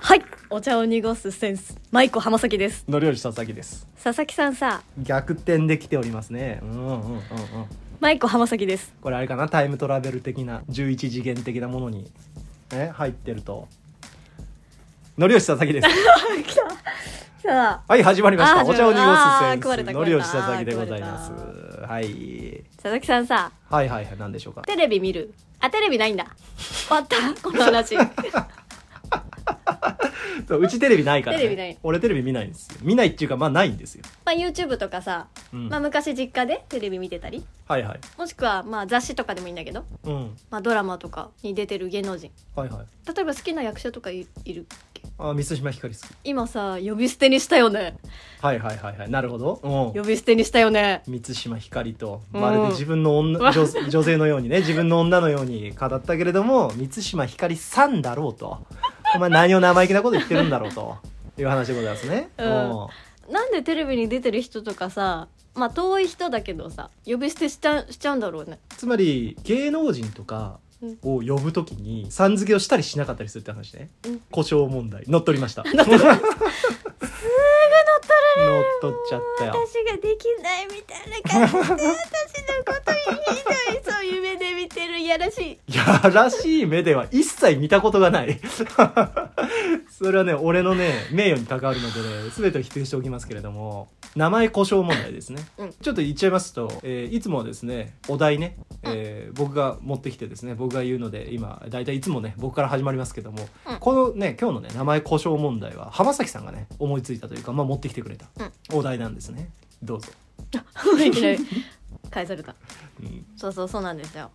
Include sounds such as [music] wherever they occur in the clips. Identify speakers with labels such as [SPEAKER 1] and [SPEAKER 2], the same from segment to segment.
[SPEAKER 1] はいお茶を濁すセンスマイコ浜崎です
[SPEAKER 2] のりょうじ佐々木です
[SPEAKER 1] 佐々木さんさ
[SPEAKER 2] 逆転できておりますねうんうんうんうん
[SPEAKER 1] マイコ浜崎です
[SPEAKER 2] これあれかなタイムトラベル的な11次元的なものに、ね、入ってるとのりょうじ佐々木 [laughs] です
[SPEAKER 1] 来た来たな
[SPEAKER 2] はい始まりました
[SPEAKER 1] あー
[SPEAKER 2] お茶を濁
[SPEAKER 1] あー食わ
[SPEAKER 2] す
[SPEAKER 1] れ
[SPEAKER 2] セン
[SPEAKER 1] た
[SPEAKER 2] スのりょうじ佐々木でございま
[SPEAKER 1] 食われ
[SPEAKER 2] すはい
[SPEAKER 1] 佐々木さんさ
[SPEAKER 2] はいはいはい何でしょうか
[SPEAKER 1] テレビ見るあテレビないんだ終わった [laughs] この話
[SPEAKER 2] そううちテレビないから、ね、
[SPEAKER 1] テレビない
[SPEAKER 2] 俺テレビ見ないんですよ見ないっていうかまあないんですよ、
[SPEAKER 1] まあ YouTube とかさ、
[SPEAKER 2] うん
[SPEAKER 1] まあ、昔実家でテレビ見てたり
[SPEAKER 2] はいはい
[SPEAKER 1] もしくはまあ雑誌とかでもいいんだけど、
[SPEAKER 2] うん
[SPEAKER 1] まあ、ドラマとかに出てる芸能人
[SPEAKER 2] はいはい
[SPEAKER 1] 例えば好きな役者とかいいる
[SPEAKER 2] あー満島ひかり好き
[SPEAKER 1] 今さ呼び捨てにしたよね
[SPEAKER 2] はいはいはいはいなるほどう
[SPEAKER 1] 呼
[SPEAKER 2] ん
[SPEAKER 1] び捨てにしたよね
[SPEAKER 2] 満島ひかりと
[SPEAKER 1] うん
[SPEAKER 2] まるで自分の女
[SPEAKER 1] わ
[SPEAKER 2] 女女性のようにね自分の女のように語ったけれども満島ひかりさんだろうとお前何を生意気なこと言ってるんだろうという話でございますね、
[SPEAKER 1] うんなんでテレビに出てる人とかさまあ遠い人だけどさ呼び捨てしちゃうしちゃうんだろうね
[SPEAKER 2] つまり芸能人とかを呼ぶときにさん付けをしたりしなかったりするって話ね、
[SPEAKER 1] うん
[SPEAKER 2] 故障問題乗っ取りました乗っ [laughs] 取っちゃったよ
[SPEAKER 1] 私ができないみたいな感じで私のことにひどいそう夢で見てるいやらし
[SPEAKER 2] [laughs]
[SPEAKER 1] い
[SPEAKER 2] やらしい目では一切見たことがない。 [laughs] それはね、俺のね、名誉に関わるのでね、全てを否定しておきますけれども、名前故障問題ですね。
[SPEAKER 1] うん
[SPEAKER 2] ちょっと言っちゃいますと、えーいつもはですね、お題ね、えー僕が持ってきてですね、僕が言うので、今、大体いつもね、僕から始まりますけども、
[SPEAKER 1] うん
[SPEAKER 2] このね、今日のね、名前故障問題は、浜崎さんがね、思いついたというか、まあ持ってきてくれたお題なんですね。どうぞ。
[SPEAKER 1] いきなり返された
[SPEAKER 2] うん
[SPEAKER 1] そうそうそうなんですよ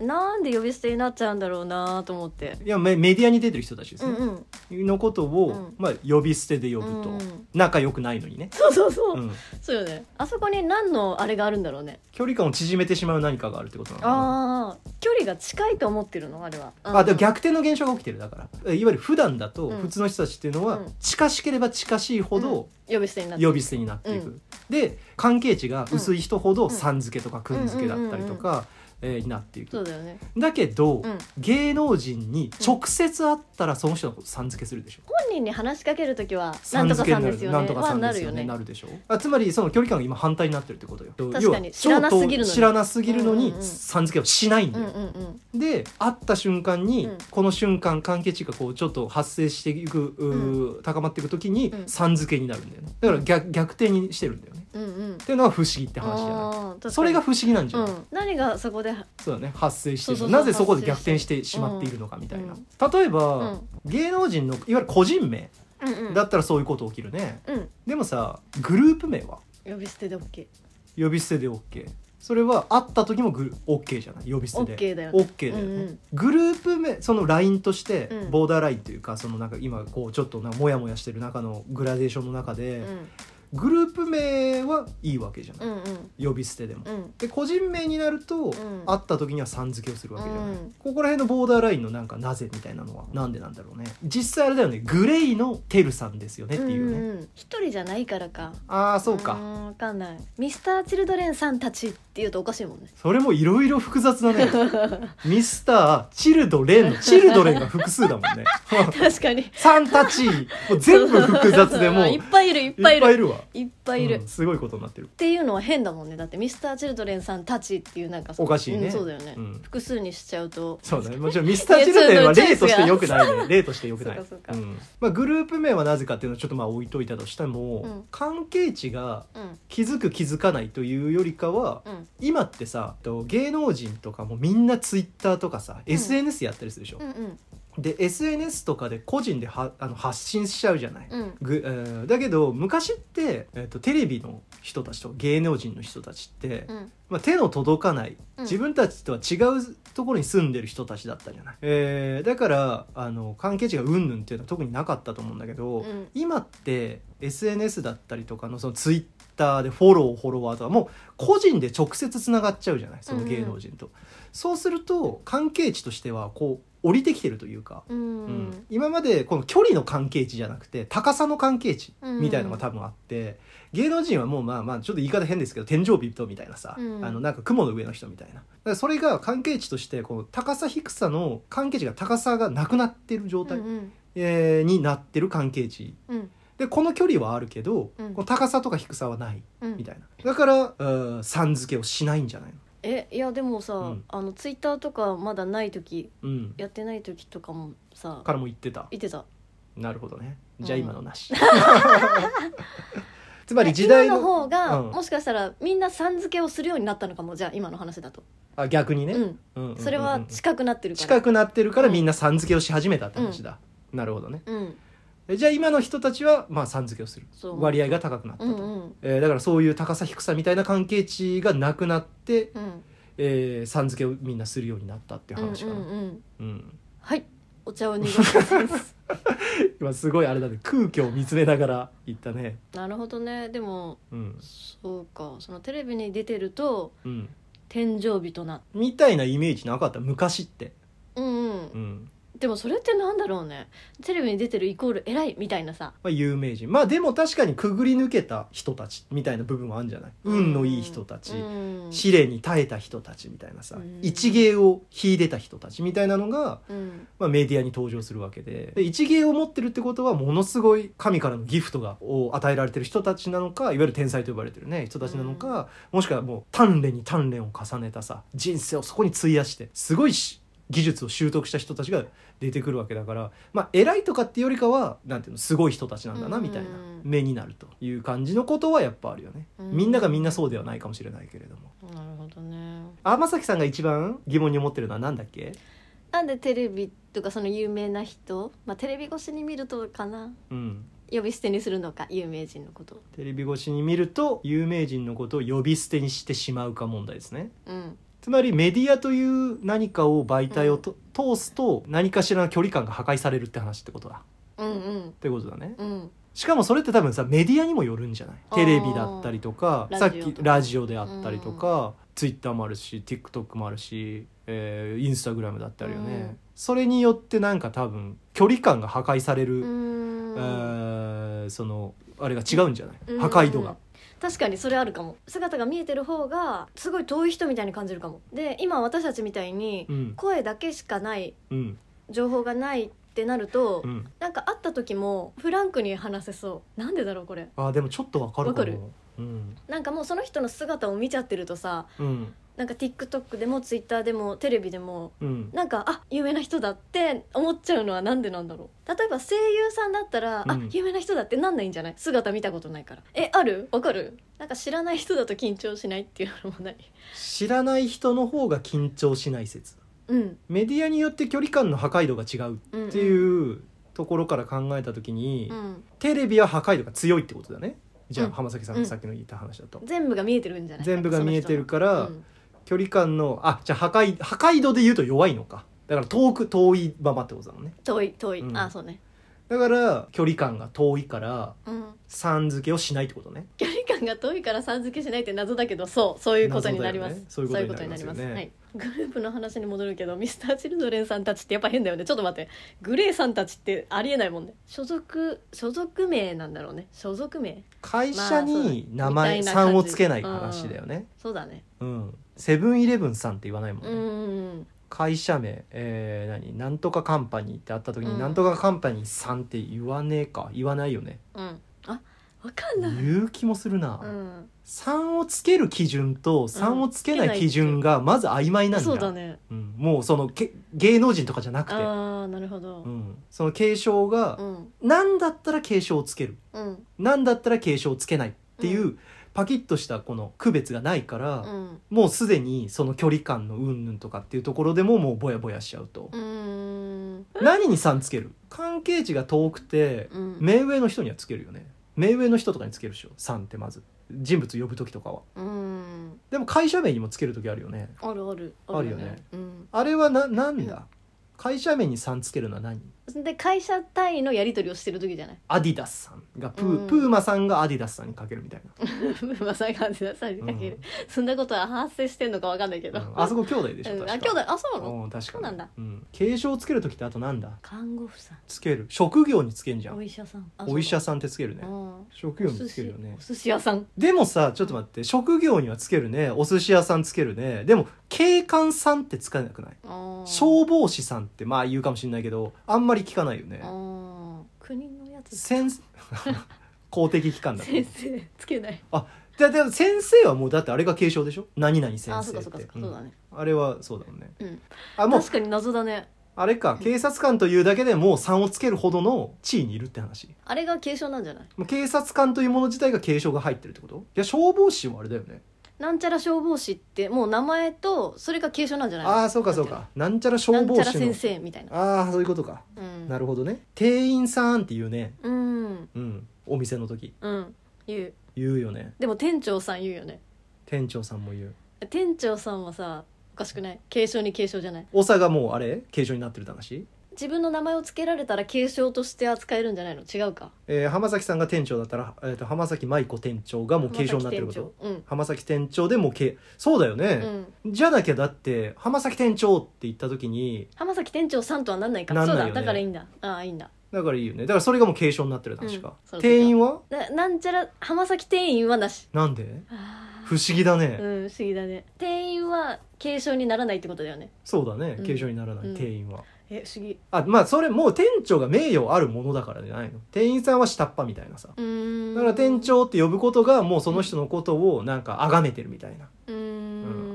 [SPEAKER 1] なんで呼び捨てになっちゃうんだろうなと思って
[SPEAKER 2] いやメ、メディアに出てる人たちです
[SPEAKER 1] う
[SPEAKER 2] ね。
[SPEAKER 1] んうん
[SPEAKER 2] のことを、
[SPEAKER 1] うん
[SPEAKER 2] まあ、呼び捨てで呼ぶと、
[SPEAKER 1] うんうん
[SPEAKER 2] 仲良くないのにね、
[SPEAKER 1] そうそうそう、
[SPEAKER 2] うん、
[SPEAKER 1] そうよねあそこに何のあれがあるんだろうね
[SPEAKER 2] 距離感を縮めてしまう何かがあるってことなのかな
[SPEAKER 1] ああ距離が近いと思ってるのあれは
[SPEAKER 2] あでも逆転の現象が起きてるだからえいわゆる普段だと
[SPEAKER 1] うん
[SPEAKER 2] 普通の人たちっていうのは、
[SPEAKER 1] うん
[SPEAKER 2] 近しければ近しいほど
[SPEAKER 1] うん呼び捨てになって
[SPEAKER 2] 呼び捨てになっていく、
[SPEAKER 1] うん
[SPEAKER 2] で関係値が薄い人ほ
[SPEAKER 1] う
[SPEAKER 2] ど
[SPEAKER 1] ん
[SPEAKER 2] さん付けとかくん付けだったりとか、えーになっていく
[SPEAKER 1] そうだよね
[SPEAKER 2] だけど、
[SPEAKER 1] うん
[SPEAKER 2] 芸能人に直接会ったらその人のことさん付けするでしょ
[SPEAKER 1] 本人に話しかけるときは「な
[SPEAKER 2] さ
[SPEAKER 1] ん
[SPEAKER 2] ん
[SPEAKER 1] とか
[SPEAKER 2] 付け
[SPEAKER 1] さ
[SPEAKER 2] に
[SPEAKER 1] ん
[SPEAKER 2] な
[SPEAKER 1] で
[SPEAKER 2] る
[SPEAKER 1] すよ
[SPEAKER 2] な
[SPEAKER 1] ね」
[SPEAKER 2] んとか
[SPEAKER 1] は
[SPEAKER 2] さん
[SPEAKER 1] なる
[SPEAKER 2] ですよ
[SPEAKER 1] よ
[SPEAKER 2] ね
[SPEAKER 1] ね
[SPEAKER 2] なるでしょあつまりその距離感が今反対になってるってことよ
[SPEAKER 1] かに
[SPEAKER 2] 要は
[SPEAKER 1] 知らなすぎるのに
[SPEAKER 2] 超遠知らなすぎるの
[SPEAKER 1] うん
[SPEAKER 2] に
[SPEAKER 1] うんうん
[SPEAKER 2] さん付けをしないん
[SPEAKER 1] う
[SPEAKER 2] だ
[SPEAKER 1] んう
[SPEAKER 2] よ、
[SPEAKER 1] んうん
[SPEAKER 2] で会った瞬間に、
[SPEAKER 1] うん
[SPEAKER 2] この瞬間関係値がこうちょっと発生していく、うー高まっていく時に
[SPEAKER 1] うん
[SPEAKER 2] さん付けになるんだよねだから逆逆転にしてるんだよね
[SPEAKER 1] うんうん
[SPEAKER 2] っていうのが不思議って話じゃない
[SPEAKER 1] あー
[SPEAKER 2] それが不思議なんじゃ
[SPEAKER 1] う
[SPEAKER 2] ない、
[SPEAKER 1] ん何がそこで
[SPEAKER 2] そうだね発生してる
[SPEAKER 1] そうそうそう
[SPEAKER 2] なぜそこで逆転してしまっているのかみたいな、例えば、
[SPEAKER 1] うん
[SPEAKER 2] 芸能人のいわゆる個人名
[SPEAKER 1] うんうん
[SPEAKER 2] だったらそういうこと起きるね、
[SPEAKER 1] うん
[SPEAKER 2] でもさグループ名は
[SPEAKER 1] 呼び捨てで OK
[SPEAKER 2] 呼び捨てで OK それは会った時もグル OK じゃない呼び捨てで
[SPEAKER 1] OK だよね
[SPEAKER 2] OK だよね
[SPEAKER 1] うんうん
[SPEAKER 2] グループ名そのラインとして
[SPEAKER 1] うん
[SPEAKER 2] ボーダーラインというかそのなんか今こうちょっとなモヤモヤしてる中のグラデーションの中
[SPEAKER 1] う
[SPEAKER 2] で、
[SPEAKER 1] ん
[SPEAKER 2] グループ名はいいわけじゃな
[SPEAKER 1] う
[SPEAKER 2] い、
[SPEAKER 1] んうん
[SPEAKER 2] 呼び捨てでも、
[SPEAKER 1] うん
[SPEAKER 2] で個人名になると、
[SPEAKER 1] ん
[SPEAKER 2] 会った時にはさん付けをするわけじゃない、
[SPEAKER 1] うん
[SPEAKER 2] ここら辺のボーダーラインのなんかなぜみたいなのはなんでなんだろうね実際あれだよねグレイのテルさんですよねっていうね、
[SPEAKER 1] んんん一人じゃないからか
[SPEAKER 2] ああそうか、
[SPEAKER 1] んわかんないミスターチルドレンさんたちっていうとおかしいもん
[SPEAKER 2] [laughs]
[SPEAKER 1] ね
[SPEAKER 2] それもいろいろ複雑だねミスターチルドレンのチルドレンが複数だもんね [laughs]
[SPEAKER 1] 確かに
[SPEAKER 2] さんたちもう全部複雑でもう
[SPEAKER 1] いっぱいいるいっ
[SPEAKER 2] いっ
[SPEAKER 1] ぱいい
[SPEAKER 2] ぱいい
[SPEAKER 1] る
[SPEAKER 2] るわ
[SPEAKER 1] いっぱいいる
[SPEAKER 2] うんすごいことになってる
[SPEAKER 1] っていうのは変だもんねだってミスターチルドレンさんたちっていうなんか
[SPEAKER 2] おかしいね
[SPEAKER 1] うんそうだよね、
[SPEAKER 2] うん
[SPEAKER 1] 複数にしちゃうと
[SPEAKER 2] そうだねもちろんミスターチルドレンは例としてよくないね例としてよくない
[SPEAKER 1] そうかそうか
[SPEAKER 2] んまあ、グループ名はなぜかっていうのはちょっとまあ置いといたとしても、
[SPEAKER 1] うん
[SPEAKER 2] 関係値が
[SPEAKER 1] うん
[SPEAKER 2] 気づく気づかないというよりかは
[SPEAKER 1] うん
[SPEAKER 2] 今ってさと芸能人とかもみんなツイッターとかさ、
[SPEAKER 1] うん
[SPEAKER 2] SNS やったりするでしょ、
[SPEAKER 1] うんうん
[SPEAKER 2] で SNS とかで個人ではあの発信しちゃうじゃない、
[SPEAKER 1] うん
[SPEAKER 2] ぐえーだけど昔って、えー、とテレビの人たちと芸能人の人たちって、
[SPEAKER 1] うん
[SPEAKER 2] まあ、手の届かない
[SPEAKER 1] うん
[SPEAKER 2] 自分たちとは違うところに住んでる人たちだったじゃない、えーだからあの関係値がうんぬんっていうのは特になかったと思うんだけ
[SPEAKER 1] う
[SPEAKER 2] ど、
[SPEAKER 1] ん
[SPEAKER 2] 今って SNS だったりとかのそのツイッターでフォローフォロワーとかもう個人で直接つながっちゃうじゃないその芸能人と、そうすると関係値としてはこう降りてきてるというか、
[SPEAKER 1] うん
[SPEAKER 2] うん今までこの距離の関係値じゃなくて高さの関係値
[SPEAKER 1] うん
[SPEAKER 2] みたいのが多分あって、芸能人はもうまあまあちょっと言い方変ですけど天井人みたいなさ、
[SPEAKER 1] うん
[SPEAKER 2] あのなんか雲の上の人みたいなだからそれが関係値としてこの高さ低さの関係値が高さがなくなってる状態、
[SPEAKER 1] うん
[SPEAKER 2] えーになってる関係値
[SPEAKER 1] うん
[SPEAKER 2] でこの距離はあるけど、
[SPEAKER 1] うん
[SPEAKER 2] この高さとか低さはない
[SPEAKER 1] うん
[SPEAKER 2] みたいなだから、うんさん付けをしないんじゃないの
[SPEAKER 1] えいやでもさ、
[SPEAKER 2] うん
[SPEAKER 1] あのツイッターとかまだない時
[SPEAKER 2] うん
[SPEAKER 1] やってない時とかもさ
[SPEAKER 2] からも言ってた
[SPEAKER 1] いてた
[SPEAKER 2] なるほどねじゃあ
[SPEAKER 1] うん
[SPEAKER 2] 今の
[SPEAKER 1] [laughs]
[SPEAKER 2] なし、つまり時
[SPEAKER 1] 今
[SPEAKER 2] 代
[SPEAKER 1] の
[SPEAKER 2] の
[SPEAKER 1] 方が、
[SPEAKER 2] うん
[SPEAKER 1] もしかしたらみんなさん付けをするようになったのかもじゃあ今の話だと、
[SPEAKER 2] あ逆にね、
[SPEAKER 1] うん
[SPEAKER 2] うんうんうんうん
[SPEAKER 1] それは近くなってるから
[SPEAKER 2] 近くなってるからみんなさん付けをし始めたって話だ、なるほどね
[SPEAKER 1] うん
[SPEAKER 2] えじゃあ今の人たちはまあさん付けをする
[SPEAKER 1] そう
[SPEAKER 2] 割合が高くなった
[SPEAKER 1] う
[SPEAKER 2] と、
[SPEAKER 1] んうん
[SPEAKER 2] えーだからそういう高さ低さみたいな関係値がなくなって、
[SPEAKER 1] うん
[SPEAKER 2] えーさん付けをみんなするようになったっていう
[SPEAKER 1] うんうん
[SPEAKER 2] 話かな、
[SPEAKER 1] うん
[SPEAKER 2] うん
[SPEAKER 1] はいお茶を濁してます [laughs]
[SPEAKER 2] 今すごいあれだね空虚を見つめながら言ったね
[SPEAKER 1] なるほどねでも
[SPEAKER 2] うん
[SPEAKER 1] そうかそのテレビに出てると
[SPEAKER 2] うん
[SPEAKER 1] 天井人な
[SPEAKER 2] みたいなイメージなかった昔って
[SPEAKER 1] うんうん、
[SPEAKER 2] うん
[SPEAKER 1] でもそれってなんだろうねテレビに出てるイコール偉いみたいなさ
[SPEAKER 2] まあ、有名人まあでも確かにくぐり抜けた人たちみたいな部分はあるんじゃない運のいい人た
[SPEAKER 1] う
[SPEAKER 2] ち、
[SPEAKER 1] ん
[SPEAKER 2] 試練に耐えた人たちみたいなさ、
[SPEAKER 1] うん
[SPEAKER 2] 一芸を秀でた人たちみたいなのが、
[SPEAKER 1] うん
[SPEAKER 2] まあ、メディアに登場するわけでで一芸を持ってるってことはものすごい神からのギフトがを与えられてる人たちなのかいわゆる天才と呼ばれてるね人たちなのか、もしくはもう鍛錬に鍛錬を重ねたさ人生をそこに費やしてすごいし技術を習得した人たちが出てくるわけだから、まあ、偉いとかっていうよりかはなんていうのすごい人たちなんだな
[SPEAKER 1] うん
[SPEAKER 2] みたいな目になるという感じのことはやっぱあるよね。
[SPEAKER 1] うん
[SPEAKER 2] みんながみんなそうではないかもしれないけれども。
[SPEAKER 1] なるほどね
[SPEAKER 2] 天崎さんが一番疑問に思ってるのは何だっけ
[SPEAKER 1] なんでテレビとかその有名な人まあテレビ越しに見るとかな
[SPEAKER 2] うん
[SPEAKER 1] 呼び捨てにするのか有名人のこと
[SPEAKER 2] テレビ越しに見ると有名人のことを呼び捨てにしてしまうか問題ですね
[SPEAKER 1] うん
[SPEAKER 2] つまりメディアという何かを媒体をと、通すと何かしらの距離感が破壊されるって話ってことだ
[SPEAKER 1] うんうん
[SPEAKER 2] ってことだね
[SPEAKER 1] うん
[SPEAKER 2] しかもそれって多分さメディアにもよるんじゃない
[SPEAKER 1] あー
[SPEAKER 2] テレビだったりとかさ
[SPEAKER 1] ラ
[SPEAKER 2] っ
[SPEAKER 1] ジオ
[SPEAKER 2] き
[SPEAKER 1] とか
[SPEAKER 2] ラジオであったりとか、ツイッターもあるし TikTok もあるし、えーインスタグラムだってあるよね、
[SPEAKER 1] うん
[SPEAKER 2] それによってなんか多分距離感が破壊される、
[SPEAKER 1] う
[SPEAKER 2] え
[SPEAKER 1] ん
[SPEAKER 2] ーそのあれが違うんじゃない、
[SPEAKER 1] うん
[SPEAKER 2] 破壊度が、
[SPEAKER 1] 確かにそれあるかも姿が見えてる方がすごい遠い人みたいに感じるかもで今私たちみたいに
[SPEAKER 2] うん
[SPEAKER 1] 声だけしかない
[SPEAKER 2] うん
[SPEAKER 1] 情報がないってなると、
[SPEAKER 2] うん、
[SPEAKER 1] なんか会った時もフランクに話せそうなんでだろうこれ
[SPEAKER 2] あーでもちょっとわかるかも
[SPEAKER 1] わかる
[SPEAKER 2] うん
[SPEAKER 1] なんかもうその人の姿を見ちゃってるとさ
[SPEAKER 2] うん
[SPEAKER 1] なんか TikTok でも Twitter でもテレビでも
[SPEAKER 2] うん
[SPEAKER 1] なんかあ有名な人だって思っちゃうのはなんでなんだろう例えば声優さんだったら、
[SPEAKER 2] う
[SPEAKER 1] あ
[SPEAKER 2] ん
[SPEAKER 1] 有名な人だってなんないんじゃない姿見たことないからえあるわかるなんか知らない人だと緊張しないっていうのもない
[SPEAKER 2] 知らない人の方が緊張しない説
[SPEAKER 1] うん
[SPEAKER 2] メディアによって距離感の破壊度が違う
[SPEAKER 1] うん
[SPEAKER 2] っていうところから考えた時に、
[SPEAKER 1] うん
[SPEAKER 2] テレビは破壊度が強いってことだねじゃあ、
[SPEAKER 1] うん
[SPEAKER 2] 浜崎さん
[SPEAKER 1] う
[SPEAKER 2] が
[SPEAKER 1] ん
[SPEAKER 2] さっきの言った話だと、
[SPEAKER 1] 全部が見えてるんじゃない
[SPEAKER 2] 全部が見えてるか
[SPEAKER 1] そ
[SPEAKER 2] ら、
[SPEAKER 1] の人の
[SPEAKER 2] 距離感のあじゃあ破壊破壊度で言うと弱いのかだから遠く遠いままってことだもんね
[SPEAKER 1] うん遠い遠い、
[SPEAKER 2] うん
[SPEAKER 1] あそうね
[SPEAKER 2] だから距離感が遠いから
[SPEAKER 1] うん
[SPEAKER 2] さん付けをしないってことね
[SPEAKER 1] 距離感が遠いからさん付けしないって謎だけどそうそういうことになります、
[SPEAKER 2] 謎だよねそういうことになりますよね
[SPEAKER 1] はい、グループの話に戻るけどミスターチルドレンさんたちってやっぱ変だよねちょっと待ってグレーさんたちってありえないもんね所属所属名なんだろうね所属名
[SPEAKER 2] 会社に名
[SPEAKER 1] まあそ
[SPEAKER 2] 前
[SPEAKER 1] う
[SPEAKER 2] さ
[SPEAKER 1] だ
[SPEAKER 2] んをつけない話だよね、
[SPEAKER 1] そうだね
[SPEAKER 2] うんセブンイレブンさんって言わないもん
[SPEAKER 1] う
[SPEAKER 2] ね、
[SPEAKER 1] んうん
[SPEAKER 2] 会社名、えー、何なんとかカンパニーってあった時に、
[SPEAKER 1] うん
[SPEAKER 2] なんとかカンパニーさんって言わねえか言わないよね
[SPEAKER 1] うんうんあわかんない、
[SPEAKER 2] 言う気もするな、
[SPEAKER 1] うん、
[SPEAKER 2] 3をつける基準と3をつけな
[SPEAKER 1] つけないい
[SPEAKER 2] 基準がまず曖昧なんだ
[SPEAKER 1] そうだね
[SPEAKER 2] うん、もうそのけ芸能人とかじゃなくて、
[SPEAKER 1] ああなるほど
[SPEAKER 2] うん、その継承が
[SPEAKER 1] う、ん
[SPEAKER 2] なんだったら継承をつける
[SPEAKER 1] うん
[SPEAKER 2] なんだったら継承をつけないっていう、
[SPEAKER 1] う
[SPEAKER 2] パキッとしたこの区別がないから、
[SPEAKER 1] うん
[SPEAKER 2] もうすでにその距離感のうんぬんとかっていうところでももうぼやぼやしちゃうと、
[SPEAKER 1] うん
[SPEAKER 2] 何に3つける関係値が遠くて
[SPEAKER 1] うん
[SPEAKER 2] 目上の人にはつけるよね目上の人とかにつけるでしょ3ってまず人物呼ぶ時とかは
[SPEAKER 1] うん
[SPEAKER 2] でも会社名にもつける時あるよね
[SPEAKER 1] あるある
[SPEAKER 2] あるよね
[SPEAKER 1] うん
[SPEAKER 2] あれはななんだ、
[SPEAKER 1] う
[SPEAKER 2] 会社名に3つけるのは何
[SPEAKER 1] で会社単位のやり取りをしてる時じゃない
[SPEAKER 2] アディダスさんがプー,、
[SPEAKER 1] うん
[SPEAKER 2] プーマさんがアディダスさんにかけるみた
[SPEAKER 1] [laughs]
[SPEAKER 2] いな、
[SPEAKER 1] まあそういう感じださにかける、そんなことは発生してんのかわかんないけど、
[SPEAKER 2] うんあそこ兄弟でしょ
[SPEAKER 1] う
[SPEAKER 2] 確
[SPEAKER 1] ん
[SPEAKER 2] か
[SPEAKER 1] あ兄弟あそうなの
[SPEAKER 2] うん確かに
[SPEAKER 1] そうなんだ
[SPEAKER 2] ん継承つける時ってあとなんだ
[SPEAKER 1] 看護婦さん
[SPEAKER 2] つける職業につけんじゃ
[SPEAKER 1] お
[SPEAKER 2] ん
[SPEAKER 1] 医者さんあ
[SPEAKER 2] お医者
[SPEAKER 1] そ
[SPEAKER 2] さんってつけ
[SPEAKER 1] う
[SPEAKER 2] るね
[SPEAKER 1] だうん
[SPEAKER 2] 職業につけるよね
[SPEAKER 1] お寿司屋さん
[SPEAKER 2] でもさちょっと待って職業にはつけるねお寿司屋さんつけるねでも警官さんってつかなくない
[SPEAKER 1] あー
[SPEAKER 2] 消防士さんってまあ言うかもしれないけどあんまり聞かないよね
[SPEAKER 1] あー国のやつ
[SPEAKER 2] 先
[SPEAKER 1] [laughs]
[SPEAKER 2] 公的機関だと
[SPEAKER 1] 先生つけない
[SPEAKER 2] だだから先生はもうだってあれが継承でしょ何々先
[SPEAKER 1] あ
[SPEAKER 2] 生
[SPEAKER 1] そう
[SPEAKER 2] っ
[SPEAKER 1] かそうかそ
[SPEAKER 2] て
[SPEAKER 1] うか、そうだね
[SPEAKER 2] うんあれはそうだもんね
[SPEAKER 1] うん
[SPEAKER 2] あもう
[SPEAKER 1] 確かに謎だね
[SPEAKER 2] あれか警察官というだけでもう3をつけるほどの地位にいるって話
[SPEAKER 1] あれが継承なんじゃない
[SPEAKER 2] もう警察官というもの自体が継承が入ってるってこといや消防士はあれだよね
[SPEAKER 1] なんちゃら消防士ってもう名前とそれが継承なんじゃない
[SPEAKER 2] ああそうかそうかなんちゃら消
[SPEAKER 1] なん
[SPEAKER 2] 防
[SPEAKER 1] ちゃら
[SPEAKER 2] 士
[SPEAKER 1] 先
[SPEAKER 2] の
[SPEAKER 1] 生みたいな
[SPEAKER 2] ああそういうことか
[SPEAKER 1] うん
[SPEAKER 2] なるほどね店員さんって言うね
[SPEAKER 1] うん
[SPEAKER 2] うんお店の時
[SPEAKER 1] うん言う
[SPEAKER 2] 言うよね
[SPEAKER 1] でも店長さん言うよね
[SPEAKER 2] 店長さんも言う
[SPEAKER 1] 店長さんはさおかしくない継承に継承じゃない
[SPEAKER 2] 長がもうあれ継承になってるって話
[SPEAKER 1] 自分の名前を付けられたら継承として扱えるんじゃないの違うか
[SPEAKER 2] えー浜崎さんが店長だったら、えー、と浜崎舞子店長がもう継承になってること
[SPEAKER 1] 長うん、
[SPEAKER 2] 浜崎店長でもうけそうだよ
[SPEAKER 1] う
[SPEAKER 2] ね、
[SPEAKER 1] ん、
[SPEAKER 2] じゃなきゃだって浜崎店長って言った時に
[SPEAKER 1] 浜崎店長さんとはなんないか
[SPEAKER 2] なんないよね
[SPEAKER 1] そうだだからいいんだああいいんだ
[SPEAKER 2] だからいいよねだからそれがもう継承になってる確か
[SPEAKER 1] うん、その時は
[SPEAKER 2] 店員は
[SPEAKER 1] ななんちゃら浜崎店員はなし
[SPEAKER 2] なんで不思議だね、
[SPEAKER 1] うん不思議だね店員は継承にならないってことだよね
[SPEAKER 2] そうだね
[SPEAKER 1] うん
[SPEAKER 2] 継承にならない、
[SPEAKER 1] うん
[SPEAKER 2] 店員は
[SPEAKER 1] え不思議
[SPEAKER 2] あまあそれもう店長が名誉あるものだからじゃないの店員さんは下っ端みたいなさ
[SPEAKER 1] うーん
[SPEAKER 2] だから店長って呼ぶことがもうその人のことをなんか崇めてるみたいな、
[SPEAKER 1] うー
[SPEAKER 2] う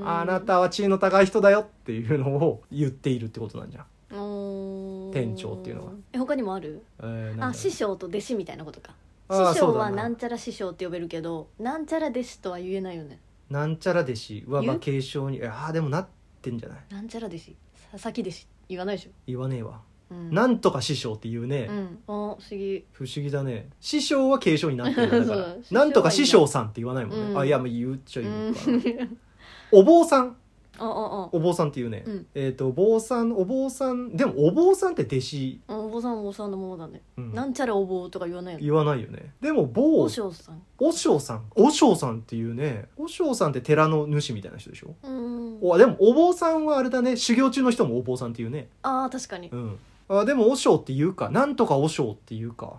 [SPEAKER 2] んんあなたは地位の高い人だよっていうのを言っているってことなんじゃん
[SPEAKER 1] うーん
[SPEAKER 2] 店長っていうのは
[SPEAKER 1] え他にもある
[SPEAKER 2] えーなんだろう
[SPEAKER 1] あ師匠と弟子みたいなことか
[SPEAKER 2] あー
[SPEAKER 1] 師
[SPEAKER 2] そ
[SPEAKER 1] 匠
[SPEAKER 2] うだ
[SPEAKER 1] は
[SPEAKER 2] な
[SPEAKER 1] なんんちゃら師匠って呼べるけどなんちゃら弟子とは言えないよね
[SPEAKER 2] なんちゃら弟子はま
[SPEAKER 1] 言
[SPEAKER 2] あ
[SPEAKER 1] う
[SPEAKER 2] 継承にああでもなってんじゃない
[SPEAKER 1] なんちゃら弟子佐々木弟子言わないでしょ、
[SPEAKER 2] 言わねえわ、
[SPEAKER 1] うん、
[SPEAKER 2] なんとか師匠っていうね、
[SPEAKER 1] うんあ不思議
[SPEAKER 2] 不思議だね師匠は継承になってるん
[SPEAKER 1] [laughs]
[SPEAKER 2] だだか
[SPEAKER 1] そ
[SPEAKER 2] ら
[SPEAKER 1] う師匠
[SPEAKER 2] なんとか師匠さんって言わないもんね、
[SPEAKER 1] うん
[SPEAKER 2] あいやもう言っちゃ
[SPEAKER 1] う
[SPEAKER 2] 言うんかな、 [laughs] お坊さん
[SPEAKER 1] [laughs] ああ
[SPEAKER 2] お坊さんっていうね、
[SPEAKER 1] うん
[SPEAKER 2] えっ、と坊さんお坊さんでもお坊さんって弟子、
[SPEAKER 1] あお坊さんはお坊さんのものだね、
[SPEAKER 2] うん
[SPEAKER 1] なんちゃらお坊とか言わないよね
[SPEAKER 2] 言わないよねでも坊
[SPEAKER 1] お尚さん
[SPEAKER 2] おしょうさんおしょうさんっていうねおしょうさんって寺の主みたいな人でしょ
[SPEAKER 1] うん
[SPEAKER 2] おあでもお坊さんはあれだね修行中の人もお坊さんっていうね
[SPEAKER 1] ああ確かに
[SPEAKER 2] うんあでもおしょうっていうかなんとかおしょうっていうか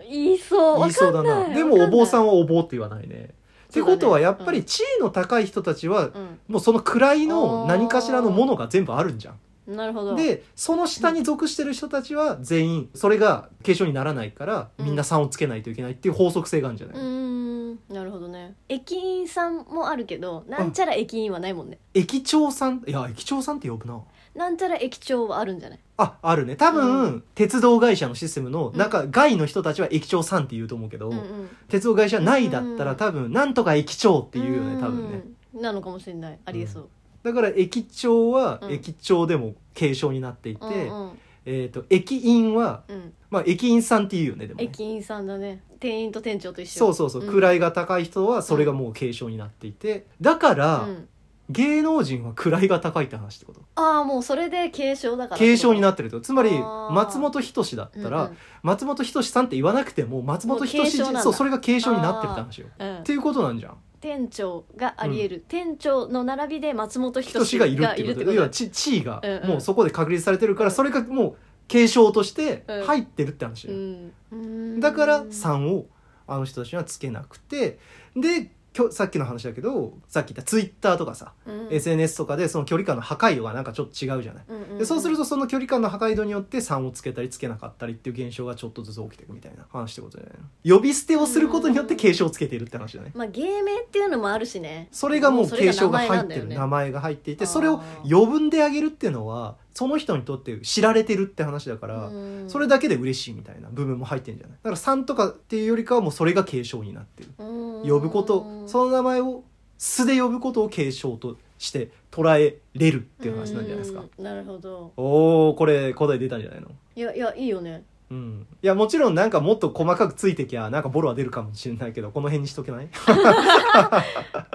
[SPEAKER 1] 言いそう
[SPEAKER 2] 言いそうだ
[SPEAKER 1] わか
[SPEAKER 2] なん
[SPEAKER 1] い
[SPEAKER 2] でもお坊さ
[SPEAKER 1] わ
[SPEAKER 2] んはお坊って言わないねってことはやっぱり地位の高い人たちは
[SPEAKER 1] かんない
[SPEAKER 2] もうその位の何かしらのものが全部あるんじゃん
[SPEAKER 1] うんなるほど
[SPEAKER 2] でその下に属してる人たちは全員それが継承にならないから
[SPEAKER 1] うん
[SPEAKER 2] みんな3をつけないといけないっていう法則性があるんじゃない、
[SPEAKER 1] うーんなるほどね駅員さんもあるけどなんちゃら駅員はないもんね
[SPEAKER 2] 駅長さんいや駅長さんって呼ぶな
[SPEAKER 1] なんちゃら駅長はあるんじゃない
[SPEAKER 2] ああるね多分、
[SPEAKER 1] う
[SPEAKER 2] 鉄道会社のシステムの中、外の人たちは駅長さんって言うと思うけど、
[SPEAKER 1] うんうん
[SPEAKER 2] 鉄道会社内だった
[SPEAKER 1] う
[SPEAKER 2] ら
[SPEAKER 1] ん
[SPEAKER 2] 多分なんとか駅長って言うよね多分ね
[SPEAKER 1] うんなのかもしれないありえそう
[SPEAKER 2] だから駅長は
[SPEAKER 1] うん
[SPEAKER 2] 駅長でも継承になっていて、
[SPEAKER 1] うんうん
[SPEAKER 2] えー、と駅員は、
[SPEAKER 1] うん
[SPEAKER 2] まあ、駅員さんって言うよねでもね
[SPEAKER 1] 駅員さんだね店員と店長と一緒
[SPEAKER 2] そうそうそ
[SPEAKER 1] ん
[SPEAKER 2] う、位が高い人はそれがもう継承になっていてだから、
[SPEAKER 1] うん
[SPEAKER 2] 芸能人は位が高いって話ってこと
[SPEAKER 1] ああもうそれで継承だから
[SPEAKER 2] 継承にな
[SPEAKER 1] っ
[SPEAKER 2] ってるってことつまり
[SPEAKER 1] あー
[SPEAKER 2] 松本人志だったら、松本人志さんって言わなくても松本人志
[SPEAKER 1] もう継承なんだ
[SPEAKER 2] そうそれが継承になってるって話よっていうことなんじゃん
[SPEAKER 1] 店長がありえる、店長の並びで松本人
[SPEAKER 2] 人
[SPEAKER 1] 志
[SPEAKER 2] 志
[SPEAKER 1] が
[SPEAKER 2] が
[SPEAKER 1] い
[SPEAKER 2] い
[SPEAKER 1] る
[SPEAKER 2] る
[SPEAKER 1] っ
[SPEAKER 2] ってて
[SPEAKER 1] こ
[SPEAKER 2] ことと
[SPEAKER 1] だ
[SPEAKER 2] 要
[SPEAKER 1] よ
[SPEAKER 2] はち地位が
[SPEAKER 1] うんうん
[SPEAKER 2] もうそこで確立されてるからそれがもう継承として
[SPEAKER 1] うん
[SPEAKER 2] 入ってるって話
[SPEAKER 1] う
[SPEAKER 2] よ
[SPEAKER 1] んうーん
[SPEAKER 2] だから3をあの人たちにはつけなくてできょさっきの話だけどさっき言ったツイッターとかさ、
[SPEAKER 1] うん
[SPEAKER 2] SNS とかでその距離感の破壊度がなんかちょっと違うじゃない
[SPEAKER 1] うんうん
[SPEAKER 2] でそうするとその距離感の破壊度によって3をつけたりつけなかったりっていう現象がちょっとずつ起きていくみたいな話ってことじゃないの呼び捨てをすることによって継承をつけているって話じゃない
[SPEAKER 1] まあ芸名っていうのもあるしね
[SPEAKER 2] それがもう
[SPEAKER 1] そ
[SPEAKER 2] 継承が
[SPEAKER 1] 名前
[SPEAKER 2] 入
[SPEAKER 1] な
[SPEAKER 2] っ
[SPEAKER 1] んだ
[SPEAKER 2] て
[SPEAKER 1] よ
[SPEAKER 2] る
[SPEAKER 1] ね
[SPEAKER 2] 名前が入ってい
[SPEAKER 1] あ
[SPEAKER 2] て
[SPEAKER 1] ー
[SPEAKER 2] それを余分であげるっていうのはその人にとって知られてるって話だから
[SPEAKER 1] うん
[SPEAKER 2] それだけで嬉しいみたいな部分も入ってるんじゃないだから3とかっていうよりかはもうそれが継承になってる呼
[SPEAKER 1] 呼
[SPEAKER 2] ぶことその名前を素で呼ぶことを継承として捉えれるっていう話なんじゃないですか
[SPEAKER 1] なるほど
[SPEAKER 2] おおこれ答え出たんじゃないの
[SPEAKER 1] いやいやいいよね
[SPEAKER 2] うん、いやもちろんなんかもっと細かくついてきゃなんかボロは出るかもしれないけどこの辺にしとけない、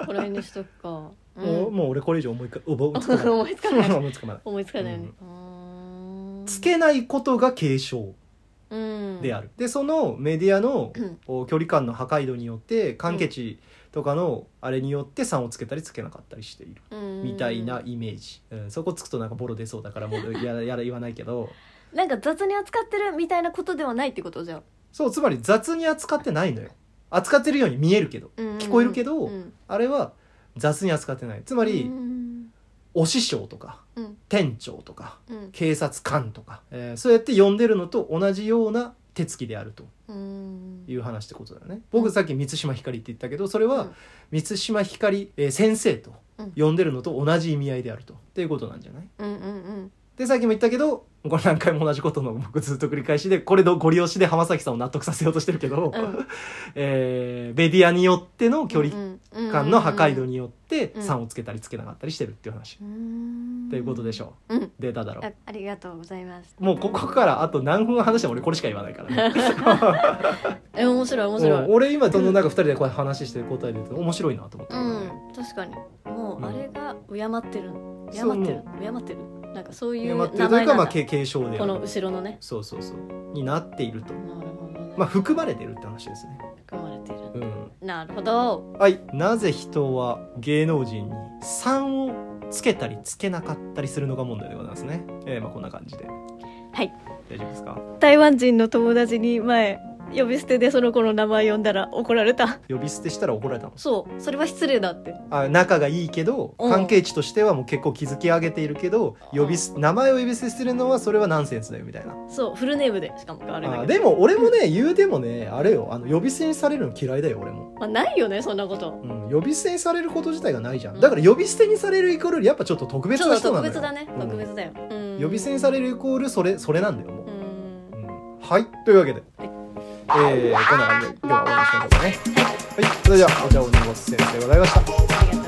[SPEAKER 1] これにしとく
[SPEAKER 2] [laughs]
[SPEAKER 1] か、う、
[SPEAKER 2] もうん [laughs] もう俺これ以上思いか思いつかない
[SPEAKER 1] 思いつかない
[SPEAKER 2] 思いつかない
[SPEAKER 1] 思いつかないよね、うーん
[SPEAKER 2] つけないことが継承
[SPEAKER 1] うん
[SPEAKER 2] である、でそのメディアの
[SPEAKER 1] うん
[SPEAKER 2] こう距離感の破壊度によって関係値とかのあれによって3をつけたりつけなかったりしている
[SPEAKER 1] うん
[SPEAKER 2] みたいなイメージ、うん、そこつくとなんかボロ出そうだからもうやらやら言わないけど
[SPEAKER 1] なんか雑に扱ってるみたいなことではないってことじゃん
[SPEAKER 2] そうつまり雑に扱ってないのよ扱ってるように見えるけど
[SPEAKER 1] うんうんうん
[SPEAKER 2] 聞こえるけど
[SPEAKER 1] うん
[SPEAKER 2] あれは雑に扱ってないつまり
[SPEAKER 1] うん
[SPEAKER 2] お師匠とか
[SPEAKER 1] うん
[SPEAKER 2] 店長とか
[SPEAKER 1] うん
[SPEAKER 2] 警察官とか、えーそうやって呼んでるのと同じような手つきであると
[SPEAKER 1] うん
[SPEAKER 2] いう話ってことだよね僕さっき満島ひかりって言ったけどそれ
[SPEAKER 1] う
[SPEAKER 2] は
[SPEAKER 1] ん
[SPEAKER 2] 満島ひかり、えー先生と
[SPEAKER 1] うん
[SPEAKER 2] 呼んでるのと同じ意味合いであるとっていうことなんじゃない
[SPEAKER 1] うんうん
[SPEAKER 2] でさっきも言ったけどこれ何回も同じことの僕ずっと繰り返しでこれのご利用しで浜崎さんを納得させようとしてるけど、
[SPEAKER 1] うん
[SPEAKER 2] えーメディアによっての [laughs] 距離
[SPEAKER 1] 離
[SPEAKER 2] 感の破壊度によって
[SPEAKER 1] うん
[SPEAKER 2] 3をつけたりつけなかったりしてるっていう話、
[SPEAKER 1] と
[SPEAKER 2] ということでし
[SPEAKER 1] ょ
[SPEAKER 2] ょ
[SPEAKER 1] ううん
[SPEAKER 2] うデータだろう
[SPEAKER 1] あありがとうございます
[SPEAKER 2] もうここからあと何分話しても俺これしか言わないからね
[SPEAKER 1] え面白い [laughs] 面
[SPEAKER 2] う
[SPEAKER 1] 白
[SPEAKER 2] ん
[SPEAKER 1] い
[SPEAKER 2] 俺今そのなんか2人でこうやって話して答え出て面白いなと思った
[SPEAKER 1] う
[SPEAKER 2] けどね、
[SPEAKER 1] ん確かにも
[SPEAKER 2] うん
[SPEAKER 1] うあれが敬ってる敬
[SPEAKER 2] そう
[SPEAKER 1] っ
[SPEAKER 2] もう
[SPEAKER 1] てる敬ってるなんかそうい
[SPEAKER 2] いうやまあってい
[SPEAKER 1] 名
[SPEAKER 2] うとい
[SPEAKER 1] 前な
[SPEAKER 2] うかまあ
[SPEAKER 1] んだ
[SPEAKER 2] け継承であ
[SPEAKER 1] この
[SPEAKER 2] る
[SPEAKER 1] 後ろのね
[SPEAKER 2] そうそうそうになっていると
[SPEAKER 1] なるほどね
[SPEAKER 2] まあ含まれてるって話ですね
[SPEAKER 1] 含まれてる
[SPEAKER 2] うん
[SPEAKER 1] なるほど
[SPEAKER 2] はいなぜ人は芸能人に3をつけたりつけなかったりするのが問題でございますねえー、まあこんな感じではい大丈夫ですか
[SPEAKER 1] 台湾人の友達に前呼び捨てでその子の名前呼んだら怒られた
[SPEAKER 2] 呼び捨てしたら怒られたの
[SPEAKER 1] そうそれは失礼だって
[SPEAKER 2] あ仲がいいけど
[SPEAKER 1] うん
[SPEAKER 2] 関係値としてはもう結構築き上げているけど呼びす名前を呼び捨てするのはそれはナンセンスだよみたいな
[SPEAKER 1] そうフルネームでしかもあれだけど
[SPEAKER 2] あでも俺もね言うてもねあれよあの呼び捨てにされるの嫌いだよ俺も、
[SPEAKER 1] まあ、ないよねそんなこと
[SPEAKER 2] うん、呼び捨てにされること自体がないじゃんだから呼び捨てにされるイコールやっぱちょっと特別
[SPEAKER 1] ちょ
[SPEAKER 2] な
[SPEAKER 1] っと
[SPEAKER 2] 人な
[SPEAKER 1] 特
[SPEAKER 2] んだ
[SPEAKER 1] 別だ
[SPEAKER 2] よ
[SPEAKER 1] ね、
[SPEAKER 2] うん
[SPEAKER 1] 特別だよ、うん、
[SPEAKER 2] 呼び捨てにされるイコールそれそれなんだよもう
[SPEAKER 1] う、ん
[SPEAKER 2] うんはいというわけで、
[SPEAKER 1] はい
[SPEAKER 2] えーこんな感じで今日は終わりにしましょうかねはい、それではお茶を濁す先生でございました
[SPEAKER 1] ありがとう